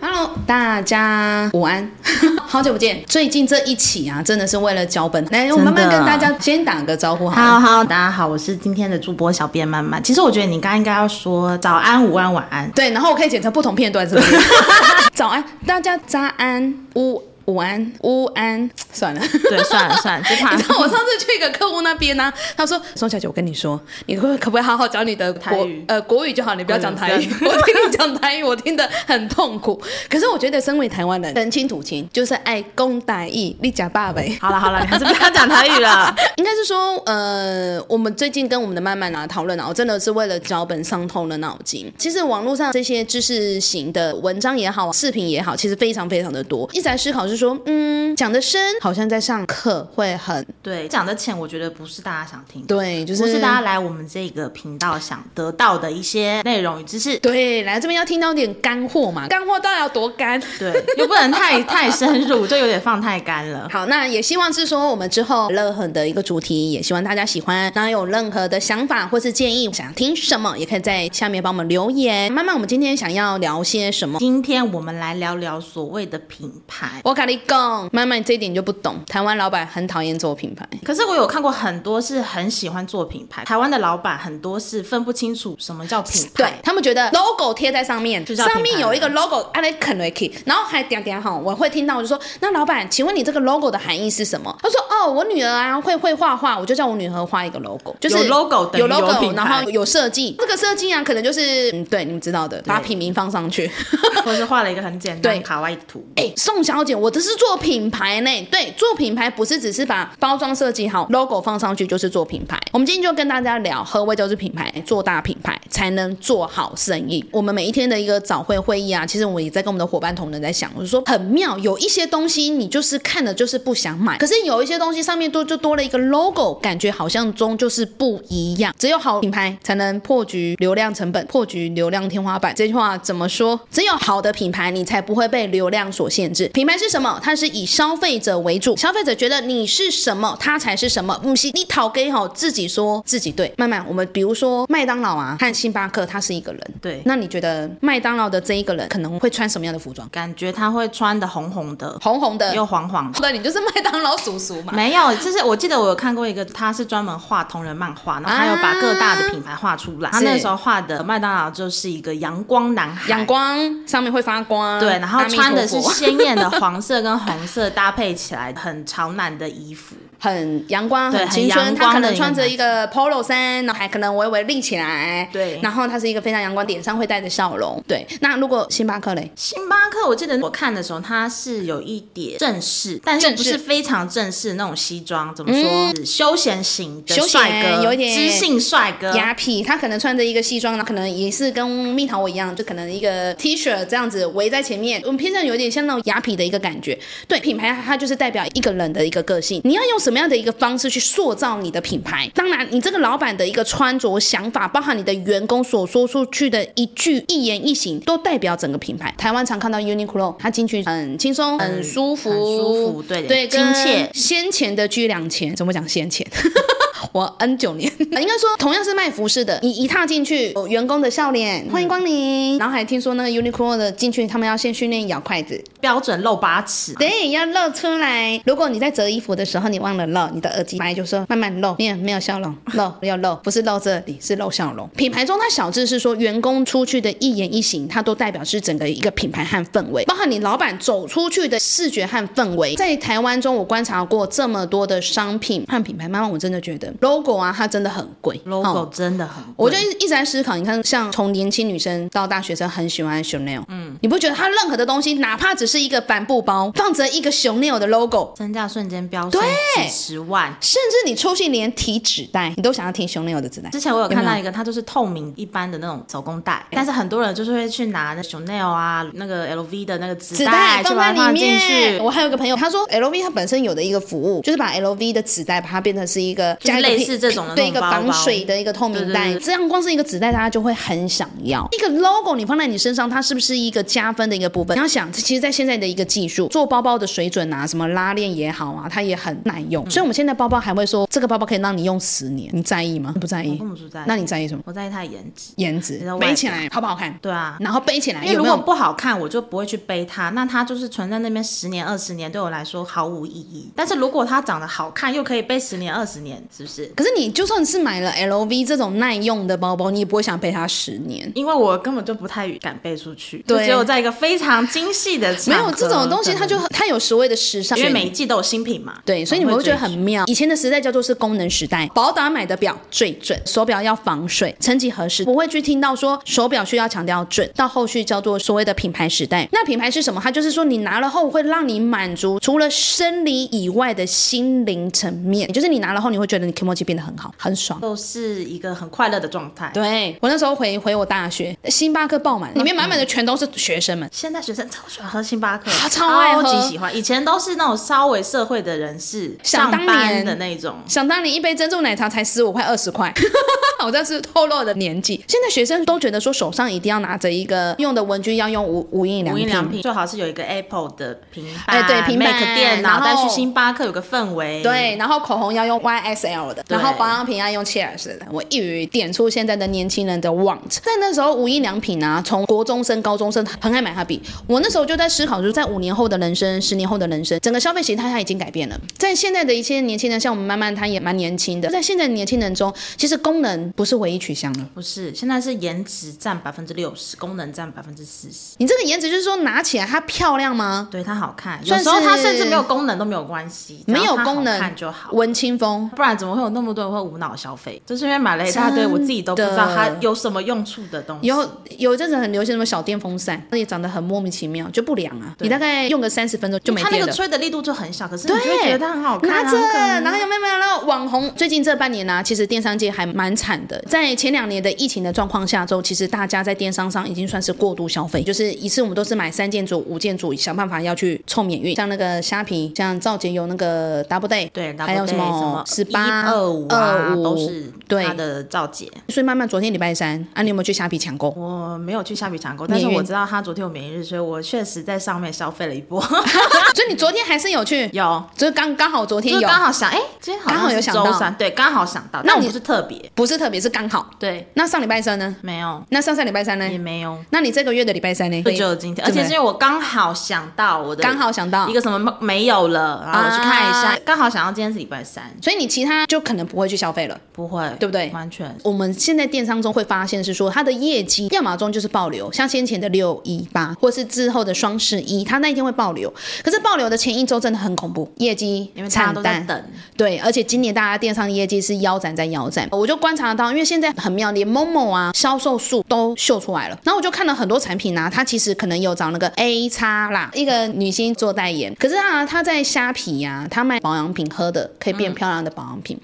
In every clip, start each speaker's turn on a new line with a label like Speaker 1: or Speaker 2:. Speaker 1: Hello，大家午安， 好久不见。最近这一期啊，真的是为了脚本，来，我慢慢
Speaker 2: 真的
Speaker 1: 跟大家先打个招呼好了。
Speaker 2: 好好，大家好，我是今天的主播小编曼曼。其实我觉得你刚刚应该要说早安、午安、晚安。
Speaker 1: 对，然后我可以剪成不同片段，是不 是？早安，大家早安，午午安，午安，算了。
Speaker 2: 对，算了算了，这怕
Speaker 1: 你知道我上次去一个客户那边呢、啊他说：“宋小姐，我跟你说，你可不可不可以好好讲你的
Speaker 2: 台
Speaker 1: 国
Speaker 2: 语
Speaker 1: 呃国语就好，你不要讲台语。
Speaker 2: 嗯
Speaker 1: 我听你讲台语，我听得很痛苦。可是我觉得，身为台湾人，人亲土亲，就是爱公歹义，立假爸呗。
Speaker 2: 好了好了，你还是不要讲台语了。
Speaker 1: 应该是说，呃，我们最近跟我们的曼曼啊讨论啊，我真的是为了脚本伤透了脑筋。其实网络上这些知识型的文章也好，视频也好，其实非常非常的多。一直在思考是说，嗯，讲的深，好像在上课会很
Speaker 2: 对，讲的浅，我觉得不是大家想听的，
Speaker 1: 对，就是
Speaker 2: 不是大家来我们这个频道想得到的一些内容与知识。
Speaker 1: 对来这边要听到点干货嘛，干货到底要多干？
Speaker 2: 对，又不能 太太深入，就有点放太干了。
Speaker 1: 好，那也希望是说我们之后乐很的一个主题，也希望大家喜欢。那有任何的想法或是建议，想听什么，也可以在下面帮我们留言。慢慢，我们今天想要聊些什么？
Speaker 2: 今天我们来聊聊所谓的品牌。
Speaker 1: 我跟你讲，慢慢这一点你就不懂。台湾老板很讨厌做品牌，
Speaker 2: 可是我有看过很多是很喜欢做品牌，台湾的老板很多是分不清楚什么叫品
Speaker 1: 对
Speaker 2: 牌。
Speaker 1: 他们觉得 logo 贴在上面，
Speaker 2: 就叫
Speaker 1: 上面
Speaker 2: 品牌
Speaker 1: 有一个
Speaker 2: 了
Speaker 1: logo，按来啃了 key，然后还点点哈，我会听到我就说，那老板，请问你这个 logo 的含义是什么？他说，哦，我女儿啊会会画画，我就叫我女儿画一个 logo，就是
Speaker 2: 有 logo 等于
Speaker 1: 有
Speaker 2: 有
Speaker 1: logo，
Speaker 2: 品牌
Speaker 1: 然后有设计，这个设计啊，可能就是嗯，对，你们知道的，把品名放上去。
Speaker 2: 或是画了一个很简
Speaker 1: 对
Speaker 2: 单卡哇伊的图。
Speaker 1: 哎、宋小姐，我这是做品牌呢。对，做品牌不是只是把包装设计好，logo 放上去就是做品牌。我们今天就跟大家聊何谓就是品牌，做大品牌才能做好生意。我们每一天的一个早会会议啊，其实我也在跟我们的伙伴同仁在想，我就说很妙，有一些东西你就是看了就是不想买，可是有一些东西上面多就多了一个 logo，感哦觉好像中就是不一样。只有好品牌才能破局流量成本，破局流量天花板。这句话怎么说？只有好的品牌，你才不会被流量所限制。品牌是什么？它是以消费者为主，消费者觉得你是什么，它才是什么。不是你讨给好自己说自己对。慢慢，我们比如说麦当劳啊和星巴克，它是一个人。
Speaker 2: 对，
Speaker 1: 那你觉得麦当劳的这一个人可能会穿什么样的服装？
Speaker 2: 感觉他会穿的红红的，
Speaker 1: 红红的，
Speaker 2: 又黄黄的。
Speaker 1: 对，你就是麦当劳叔叔嘛。
Speaker 2: 没有，就是我记得我有看过一个，他是专门画同人漫画，然后他有把各大的品牌画出来。他那时候画的麦当劳就是一个阳光男孩，
Speaker 1: 阳光上面会发光，
Speaker 2: 对，然后
Speaker 1: 阿弥
Speaker 2: 穿的
Speaker 1: 陀
Speaker 2: 是
Speaker 1: 佛
Speaker 2: 鲜艳的黄色跟红色搭配起来很潮男的衣服。
Speaker 1: 很阳光、
Speaker 2: 对
Speaker 1: 很青
Speaker 2: 很
Speaker 1: 春。
Speaker 2: 阳
Speaker 1: 他
Speaker 2: 光
Speaker 1: 可
Speaker 2: 的
Speaker 1: 能
Speaker 2: 一个
Speaker 1: 穿着
Speaker 2: 男
Speaker 1: 一个 polo 衫，然后还可能微微立起来，
Speaker 2: 对
Speaker 1: 然后他是一个非常阳光，脸上会带着笑容。对，那如果星巴克嘞，
Speaker 2: 星巴克，我记得我看的时候，它是有一点正式，但是
Speaker 1: 正
Speaker 2: 不
Speaker 1: 式嗯
Speaker 2: 是非常正式那种西装，怎么说？是休闲型的
Speaker 1: 休闲
Speaker 2: 帅哥，
Speaker 1: 有一点
Speaker 2: 知性帅哥，
Speaker 1: 雅痞，他可能穿着一个西装，然后可能也是跟蜜桃我一样，就可能一个 T 恤这样子围在前面，我们偏向有点像那种雅痞的一个感觉。对，品牌它就是代表一个人的一个个性，你要用什么样的一个方式去塑造你的品牌？当然，你这个老板的一个穿着想法，包含你的员工所说出去的一句一言一行，都代表整个品牌。台湾常看到 Uniqlo，它进去很轻松、很舒服、
Speaker 2: 很舒服对
Speaker 1: 对，
Speaker 2: 亲切
Speaker 1: 跟先前的居两前，怎么讲先前？ 我 N 九年，呃应该说同样是卖服饰的，你一踏进去，有员工的笑脸，欢迎光临。嗯然后还听说那个 Uniqlo 的进去，他们要先训练咬筷子，
Speaker 2: 标准露八尺，
Speaker 1: 对，要露出来。如果你在折衣服的时候你忘了露，你的耳机本来就说慢慢露，没有没有笑容，露要露，不是露这里，是露笑容。品牌中它小致是说员工出去的一言一行，它都代表是整个一个品牌和氛围，包含你老板走出去的视觉和氛围。在台湾中，我观察过这么多的商品和品牌，慢慢我真的觉得 logo 啊，它真的很贵。
Speaker 2: logo
Speaker 1: 哦
Speaker 2: 真的很贵，
Speaker 1: 我就一直在思考，你看，像从年轻女生到大学生，很喜欢 Chanel，嗯，你不觉得她任何的东西，哪怕只是一个帆布包，放着一个 Chanel 的 logo，
Speaker 2: 身价瞬间飙升
Speaker 1: 对
Speaker 2: 几十万。
Speaker 1: 甚至你出去连提纸袋，你都想要提 Chanel 的纸袋。
Speaker 2: 之前我有看
Speaker 1: 有
Speaker 2: 到
Speaker 1: 没
Speaker 2: 一个，它就是透明一般的那种手工袋，但是很多人就是会去拿那 Chanel 啊、那个 LV 的那个纸
Speaker 1: 纸袋
Speaker 2: 就
Speaker 1: 放
Speaker 2: 把
Speaker 1: 在
Speaker 2: 它放
Speaker 1: 里
Speaker 2: 进
Speaker 1: 面。
Speaker 2: 去。
Speaker 1: 我还有一个朋友，他说 L V 它本身有的一个服务，就是把 L V 的纸袋把它变成是一个
Speaker 2: 是
Speaker 1: 加一个
Speaker 2: 类
Speaker 1: 拼
Speaker 2: 似这种的
Speaker 1: 对
Speaker 2: 那
Speaker 1: 一
Speaker 2: 种
Speaker 1: 个
Speaker 2: 包
Speaker 1: 防
Speaker 2: 包
Speaker 1: 水的一个透明
Speaker 2: 对
Speaker 1: 袋，
Speaker 2: 对对
Speaker 1: 这样光是一个纸袋，大家就会很想要。一个 logo 你放在你身上，它是不是一个加分的一个部分？你要想，其实，在现在的一个技术，做包包的水准啊，什么拉链也好啊，它也很耐用。所以我们现在包包还会说，这个包包可以让你用十年，你在意吗？不在
Speaker 2: 我
Speaker 1: 意
Speaker 2: 根。本不在意，
Speaker 1: 那你在意什么？
Speaker 2: 我在意它的颜值。
Speaker 1: 颜值
Speaker 2: 你知道，外
Speaker 1: 背起
Speaker 2: 表
Speaker 1: 来好不好看？
Speaker 2: 对啊，
Speaker 1: 然后背起来
Speaker 2: 因为
Speaker 1: 有
Speaker 2: 如
Speaker 1: 没
Speaker 2: 果
Speaker 1: 有？
Speaker 2: 不好看，我就不会去背它。那它就是存在那边十年、二十年，对我来说毫无意义。但是如果它长得好看，又可以背十年、二十年，是不是？
Speaker 1: 可是你就算是买了 LV 这种耐用的包包，你也不会想背它十年。
Speaker 2: 因为我根本就不太敢背出去，
Speaker 1: 对
Speaker 2: 就只有在一个非常精细的场
Speaker 1: 没
Speaker 2: 合
Speaker 1: 有这种东西，
Speaker 2: 可能
Speaker 1: 它就很它有所谓的时尚，
Speaker 2: 因为每一季都有新品嘛，
Speaker 1: 对，所以你们
Speaker 2: 我
Speaker 1: 会觉得
Speaker 2: 追
Speaker 1: 很妙。以前的时代叫做是功能时代，宝岛买的表最准，手表要防水，层级合适，不会去听到说手表需要强调准。到后续叫做所谓的品牌时代，那品牌是什么？它就是说你拿了后会让你满足除了生理以外的心灵层面，也就是你拿了后你会觉得你 k i m o j i 变得很好，很爽。
Speaker 2: 都是一个很快乐的状态。，
Speaker 1: 对我那时候回回我大学，星巴克爆满，里面满满的全都是学生们。
Speaker 2: 现在学生超喜欢喝星巴克，
Speaker 1: 啊 超爱喝
Speaker 2: 级喜欢。以前都是那种稍微社会的人士
Speaker 1: 想
Speaker 2: 上
Speaker 1: 当年
Speaker 2: 班的那种，
Speaker 1: 想当年一杯珍珠奶茶才十五块二十块， 我这是透露我的年纪。现在学生都觉得说手上一定要拿着一个用的文具要用无无印良
Speaker 2: 无印良
Speaker 1: 品。
Speaker 2: 品最好是有一个 Apple 的平
Speaker 1: 哎
Speaker 2: 板，
Speaker 1: 对平板
Speaker 2: Mac
Speaker 1: 然
Speaker 2: 电
Speaker 1: 后
Speaker 2: 脑，但去星巴克有个氛围。
Speaker 1: 对，然后口红要用 YSL 的，
Speaker 2: 嗯对
Speaker 1: 然后保养品要用 Cheers 的。我一语点出现在的年轻人的 want。在那时候，无印良品啊，从国中生、高中生很爱买它笔。我那时候就在思考，就是在五年后的人生、十年后的人生，整个消费形态它已经改变了。在现在的一些年轻人，像我们慢慢他也蛮年轻的，在现在的年轻人中，其实功能不是唯一取向了。
Speaker 2: 不是，现在是颜值占百分之六十，功能占百分之四十。
Speaker 1: 你这个颜值就是说拿起来它漂亮吗？
Speaker 2: 对它好看，有
Speaker 1: 算
Speaker 2: 时候它
Speaker 1: 是
Speaker 2: 甚至没有功能都没有关系，只要
Speaker 1: 没有
Speaker 2: 它好
Speaker 1: 功能
Speaker 2: 看就好。
Speaker 1: 文青风。
Speaker 2: 不然怎么会有那么多人会无脑消费？就是因为买了一大堆，我自己都不知道它
Speaker 1: 真的
Speaker 2: 有什么用处的东西。
Speaker 1: 有哦有一阵子很流行什么小电风扇，那也长得很莫名其妙，就不良啊！你大概用个三十分钟就没
Speaker 2: 它
Speaker 1: 电
Speaker 2: 那
Speaker 1: 了。
Speaker 2: 个吹的力度就很小，可是你
Speaker 1: 对
Speaker 2: 就会觉得它很好看啊，
Speaker 1: 拿着
Speaker 2: 很可爱，
Speaker 1: 然后有没有没有？然后网红最近这半年呢、其实电商界还蛮惨的。在前两年的疫情的状况下之后，其实大家在电商上已经算是过度消费，就是一次我们都是买三件组、五件组，想办法要去凑免运。像那个虾皮，像赵杰有那个 Double Day，
Speaker 2: 对，
Speaker 1: 还有
Speaker 2: 什
Speaker 1: 么
Speaker 2: 么
Speaker 1: 十八
Speaker 2: 二五啊，
Speaker 1: 25
Speaker 2: 都是
Speaker 1: 对
Speaker 2: 它的造姐。
Speaker 1: 所以慢慢昨天礼拜三啊，你有没有去虾皮抢购？
Speaker 2: 我没有去虾皮抢购，但是
Speaker 1: 免运
Speaker 2: 我知道它昨天有免疫日，所以我确实在上面消费了一波。
Speaker 1: 所以你昨天还是有去，
Speaker 2: 有，
Speaker 1: 就是刚刚好昨
Speaker 2: 就
Speaker 1: 天
Speaker 2: 是
Speaker 1: 有，
Speaker 2: 刚好想，哎，今天好
Speaker 1: 刚好
Speaker 2: 像
Speaker 1: 有
Speaker 2: 是
Speaker 1: 想到
Speaker 2: 周三，对，刚好想到，
Speaker 1: 那
Speaker 2: 但我
Speaker 1: 你
Speaker 2: 不是特别，
Speaker 1: 不是特别是刚好。
Speaker 2: 对，
Speaker 1: 那上礼拜三呢？
Speaker 2: 没有，
Speaker 1: 那上上礼拜三
Speaker 2: 也
Speaker 1: 呢？
Speaker 2: 没有。
Speaker 1: 那你这个月的礼拜三呢？
Speaker 2: 嗯就只有今天，而
Speaker 1: 对
Speaker 2: 且是因为我刚好想到我的，
Speaker 1: 刚好想到
Speaker 2: 一，个什么没有了，然后我去看一
Speaker 1: 啊
Speaker 2: 下，刚好想到今天是礼拜三，
Speaker 1: 所以你其他就可能不会去消费了。
Speaker 2: 不会，
Speaker 1: 对不对
Speaker 2: 完全。
Speaker 1: 我们现在电商中会发现是说，它的业绩要么中就是爆流，像先前的六一八，或是之后的双十一，它那一天会爆流。可是爆流的前一周真的很恐怖，业绩
Speaker 2: 因为大家
Speaker 1: 惨
Speaker 2: 都在
Speaker 1: 淡。
Speaker 2: 等，
Speaker 1: 对，而且今年大家电商业绩是腰斩在腰斩，我就观察到，因为现在很妙，连 Momo 啊销售数都秀出来了。然后我就看了很多产品啊，它其实可能有找那个 A 叉啦，一个女星做代言，可是啊，她在虾皮呀、啊，她卖保养品喝的，可以
Speaker 2: 嗯
Speaker 1: 变漂亮的保养品，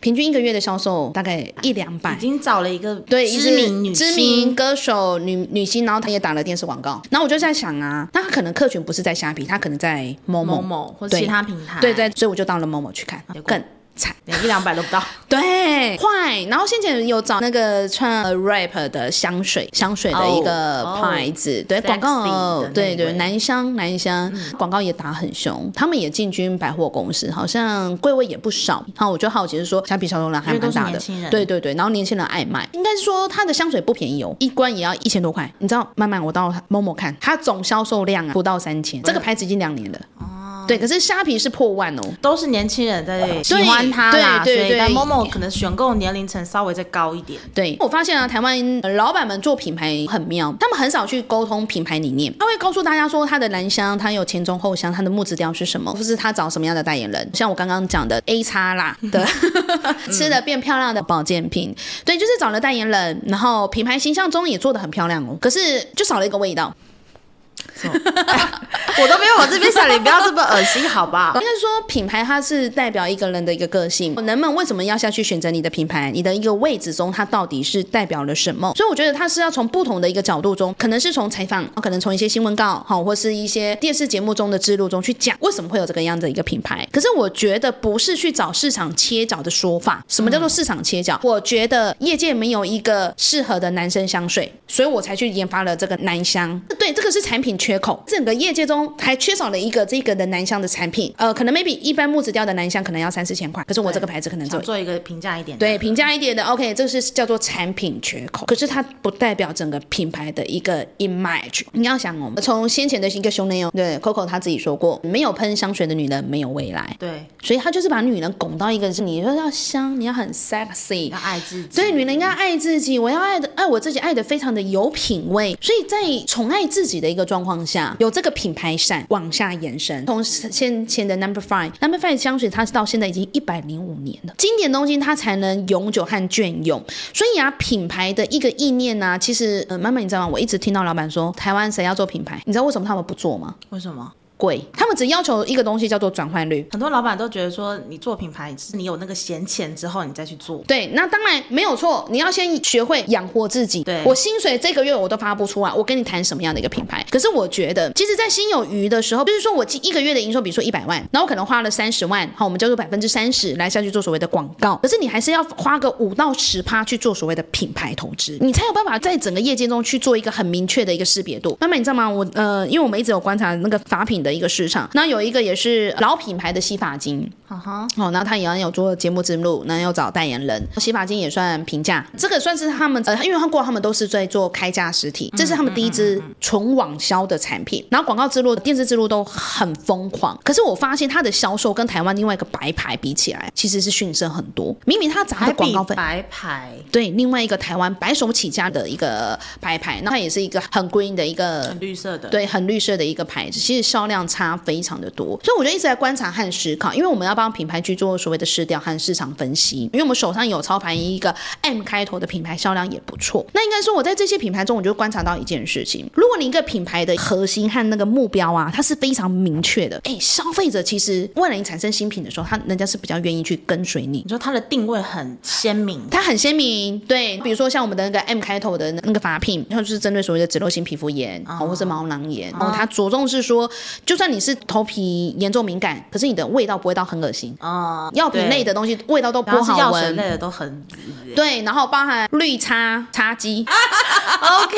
Speaker 1: 平均一个月的销售大概一两百
Speaker 2: 已。经找了一个
Speaker 1: 对，一
Speaker 2: 知
Speaker 1: 直
Speaker 2: 名女
Speaker 1: 知名
Speaker 2: 星，
Speaker 1: 歌手女女星，然后她也打了电视广告，然后我就在想啊，那她可能客群不是在虾皮，她可能在某
Speaker 2: 某
Speaker 1: 某
Speaker 2: 某或
Speaker 1: 对
Speaker 2: 其他平台，
Speaker 1: 对对，所以我就到了某某去看
Speaker 2: 结，果
Speaker 1: 更惨。
Speaker 2: 连一两百都不到。
Speaker 1: 对，坏。然后先前有找那个穿呃 rap 的香水，香水的一个
Speaker 2: 哦哦
Speaker 1: 牌子对
Speaker 2: Sexy
Speaker 1: 广告
Speaker 2: 的，那
Speaker 1: 对
Speaker 2: 一
Speaker 1: 对，
Speaker 2: 位嗯
Speaker 1: 男香男香、广告也打很凶，他们也进军百货公司，好像柜位也不少。然后我就好奇是说，相比小头狼还
Speaker 2: 因为
Speaker 1: 蛮
Speaker 2: 都是
Speaker 1: 大的
Speaker 2: 年轻，人
Speaker 1: 对对对。然后年轻人爱买，应该是说它的香水不便宜哦，一罐也要一千多块。你知道，慢慢我到某某看，它总销售量啊不到三千，这个牌子已经两年了。哦，对，可是虾皮是破万哦。
Speaker 2: 都是年轻人在喜欢它啦，
Speaker 1: 对对
Speaker 2: 所以
Speaker 1: 对
Speaker 2: 但 Momo 可能选购年龄层稍微再高一点。
Speaker 1: 对我发现啊，台湾呃老板们做品牌很妙，他们很少去沟通品牌理念，他会告诉大家说他的蓝香，它有前中后香，它的木质调是什么，或是他找什么样的代言人，像我刚刚讲的 A 叉啦的吃的变漂亮的保健品，对，就是找了代言人，然后品牌形象中也做的很漂亮哦，可是就少了一个味道。
Speaker 2: 我都没有往这边想，你不要这么恶心，好不好
Speaker 1: 应？该说，品牌它是代表一个人的一个个性。人们为什么要下去选择你的品牌？你的一个位置中，它到底是代表了什么？所以我觉得它是要从不同的一个角度中，可能是从采访，哦可能从一些新闻稿，好，或是一些电视节目中的之路中去讲为什么会有这个样子的一个品牌。可是我觉得不是去找市场切角的说法。什么叫做市场切角？我觉得业界没有一个适合的男生香水，所以我才去研发了这个男香。对，这个是产品缺口，整个业界中还缺少了一个这个的男香的产品。呃，可能 maybe 一般木质调的男香可能要三四千块，可是我这个牌子可能只
Speaker 2: 想
Speaker 1: 有。
Speaker 2: 做一个平价一点的。
Speaker 1: 对，平价一点的，OK，这是叫做产品缺口，可是它不代表整个品牌的一个 image。你要想哦，从先前的一个熊内哦，对 Coco 他自己说过，没有喷香水的女人没有未来，
Speaker 2: 对，
Speaker 1: 所以他就是把女人拱到一个，是你说要香，你要很 sexy，
Speaker 2: 要爱自己。
Speaker 1: 所以女人应该爱自己，我要爱的爱我自己，爱的非常的有品味。所以在宠爱自己的一个状况下，有这个品牌闪往下延伸，从先前的 Number Five，Number Five 香水它到现在已经一百零五年了，经典东西它才能永久和隽永。所以啊，品牌的一个意念呢、其实呃，慢慢你知道吗？我一直听到老板说，台湾谁要做品牌？你知道为什么他们不做吗？
Speaker 2: 为什么
Speaker 1: 贵，他们只要求一个东西叫做转换率。
Speaker 2: 很多老板都觉得说，你做品牌是你有那个闲钱之后，你再去做。
Speaker 1: 对，那当然没有错，你要先学会养活自己。
Speaker 2: 对
Speaker 1: 我薪水这个月我都发不出来，我跟你谈什么样的一个品牌？可是我觉得，其实，在心有余的时候，就是说我一个月的营收，比如说一百万，然后我可能花了三十万，好，我们叫做百分之三十来下去做所谓的广告。可是你还是要花个五到十趴去做所谓的品牌投资，你才有办法在整个业界中去做一个很明确的一个识别度。慢慢你知道吗？我呃，因为我们一直有观察那个法品的一个市场，那有一个也是老品牌的洗发精，
Speaker 2: 哈哈，
Speaker 1: 哦，然后他也要有做节目之路，然后要找代言人，洗发精也算平价，这个算是他们呃，因为他过往他们都是在做开价实
Speaker 2: 嗯
Speaker 1: 体，这是他们第一支纯网销的产品，然后广告之路、电视之路都很疯狂，可是我发现它的销售跟台湾另外一个白牌比起来，其实是逊色很多，明明他砸
Speaker 2: 还
Speaker 1: 的广
Speaker 2: 比
Speaker 1: 告费。
Speaker 2: 白牌
Speaker 1: 对，另外一个台湾白手起家的一个白牌，那它也是一个很 green 的一个
Speaker 2: 很绿色的。
Speaker 1: 对，很绿色的一个牌子，其实销量差非常的多，所以我就一直在观察和思考，因为我们要帮品牌去做所谓的市调和市场分析，因为我们手上有操盘一个 M 开头的品牌，销量也不错。那应该说我在这些品牌中，我就观察到一件事情：如果你一个品牌的核心和那个目标啊，它是非常明确的，哎，消费者其实为了你产生新品的时候，他人家是比较愿意去跟随你
Speaker 2: 你。说它的定位很鲜明，
Speaker 1: 它很鲜明，对，比如说像我们的那个 M 开头的那个发品，它就是针对所谓的脂漏性皮肤炎，哦、或是毛囊炎，然后它着重是说，就算你是头皮严重敏感，可是你的味道不会到很恶心，
Speaker 2: 哦，
Speaker 1: 药品类的东西味道都
Speaker 2: 然
Speaker 1: 不
Speaker 2: 后是
Speaker 1: 好
Speaker 2: 药水类
Speaker 1: 闻。
Speaker 2: 的都很。
Speaker 1: 对，然后包含绿茶茶几，
Speaker 2: OK，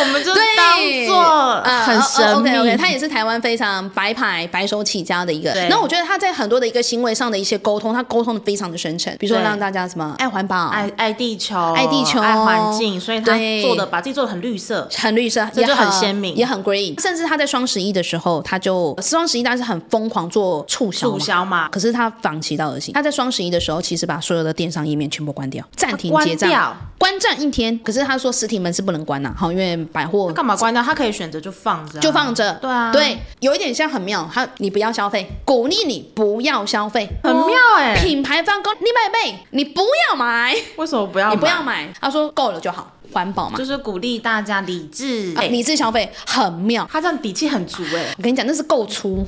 Speaker 2: 我们就当
Speaker 1: 对，呃
Speaker 2: 做呃很神秘。
Speaker 1: OK OK，它也是台湾非常白牌白手起家的一个。
Speaker 2: 对
Speaker 1: 然后我觉得他在很多的一个行为上的一些沟通，他沟通的非常的深沉，比如说
Speaker 2: 对
Speaker 1: 让大家什么爱环保、
Speaker 2: 爱爱地球，
Speaker 1: 爱地球
Speaker 2: 爱环境，所以他
Speaker 1: 对
Speaker 2: 做的把自己做的很绿色。
Speaker 1: 很绿色，
Speaker 2: 这
Speaker 1: 也
Speaker 2: 就很鲜明
Speaker 1: 也很 green。甚至他在双十一的时候，他就呃双十一当然是很疯狂做促销嘛，
Speaker 2: 促销嘛，
Speaker 1: 可是他反其道而行，他在双十一的时候，其实把所有的电商页面全部关掉，暂停
Speaker 2: 关
Speaker 1: 结账，
Speaker 2: 掉
Speaker 1: 关站一天。可是他说实体门是不能关呐、好，因为百货
Speaker 2: 那干嘛关掉？他可以选择就放着啊，
Speaker 1: 就放着。
Speaker 2: 对啊，，
Speaker 1: 对，有一点像很妙，他你不要消费，鼓励你不要消费，
Speaker 2: 很妙哎
Speaker 1: 品牌方工，你买呗，你不要买，
Speaker 2: 为什么不要？
Speaker 1: 你不要，买。他说够了就好，环保嘛，
Speaker 2: 就是哎鼓励大家理智。
Speaker 1: 啊理智消费很妙。
Speaker 2: 他这样底气很足哎，
Speaker 1: 我跟你讲，那是够粗。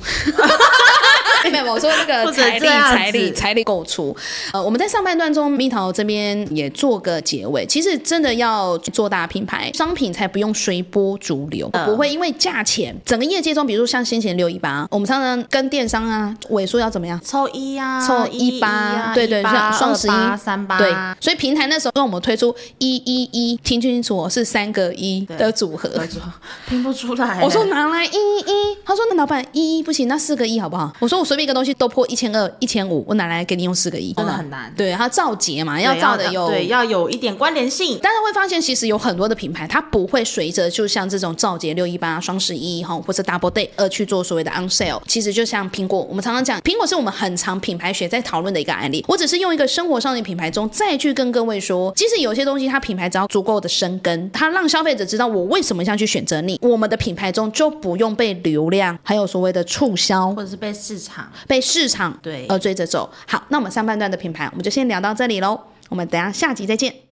Speaker 1: 没有，我说那个
Speaker 2: 不止
Speaker 1: 财力、
Speaker 2: 这样
Speaker 1: 财力、
Speaker 2: 子
Speaker 1: 财力够出。呃，我们在上半段中，蜜桃这边也做个结尾。其实真的要做大品牌，商品才不用随波逐流，
Speaker 2: 嗯
Speaker 1: 不会因为价钱。整个业界中，比如说像先前六一八，我们常常跟电商啊尾数要怎么样？
Speaker 2: 抽一呀，
Speaker 1: 凑
Speaker 2: 啊一
Speaker 1: 八，对对，像双十一、
Speaker 2: 三八，
Speaker 1: 对，所以平台那时候跟我们推出一一一，听清楚哦，是三个一的组合。
Speaker 2: 我说拼不出来。
Speaker 1: 我说拿来一一一，他说那老板一一不行，那四个一好不好？我说我随便一个东西都破一千二、一千五，我哪来给你用四个一？
Speaker 2: 真的哦很难
Speaker 1: 对，他造节嘛，
Speaker 2: 对
Speaker 1: 要造的有
Speaker 2: 对，要有一点关联性。
Speaker 1: 但是会发现，其实有很多的品牌，它不会随着就像这种造节六一八、双十一哈，或者 Double Day 而去做所谓的 on sale。其实就像苹果，我们常常讲，苹果是我们很常品牌学在讨论的一个案例。我只是用一个生活上的品牌中，再去跟各位说，其实有些东西它品牌只要足够的生根，它让消费者知道我为什么要去选择你，我们的品牌中就不用被流量还有所谓的促销
Speaker 2: 或者是被市场
Speaker 1: 被市场呃
Speaker 2: 对
Speaker 1: 而追着走。好，那我们上半段的品牌我们就先聊到这里喽，我们等一下下集再见。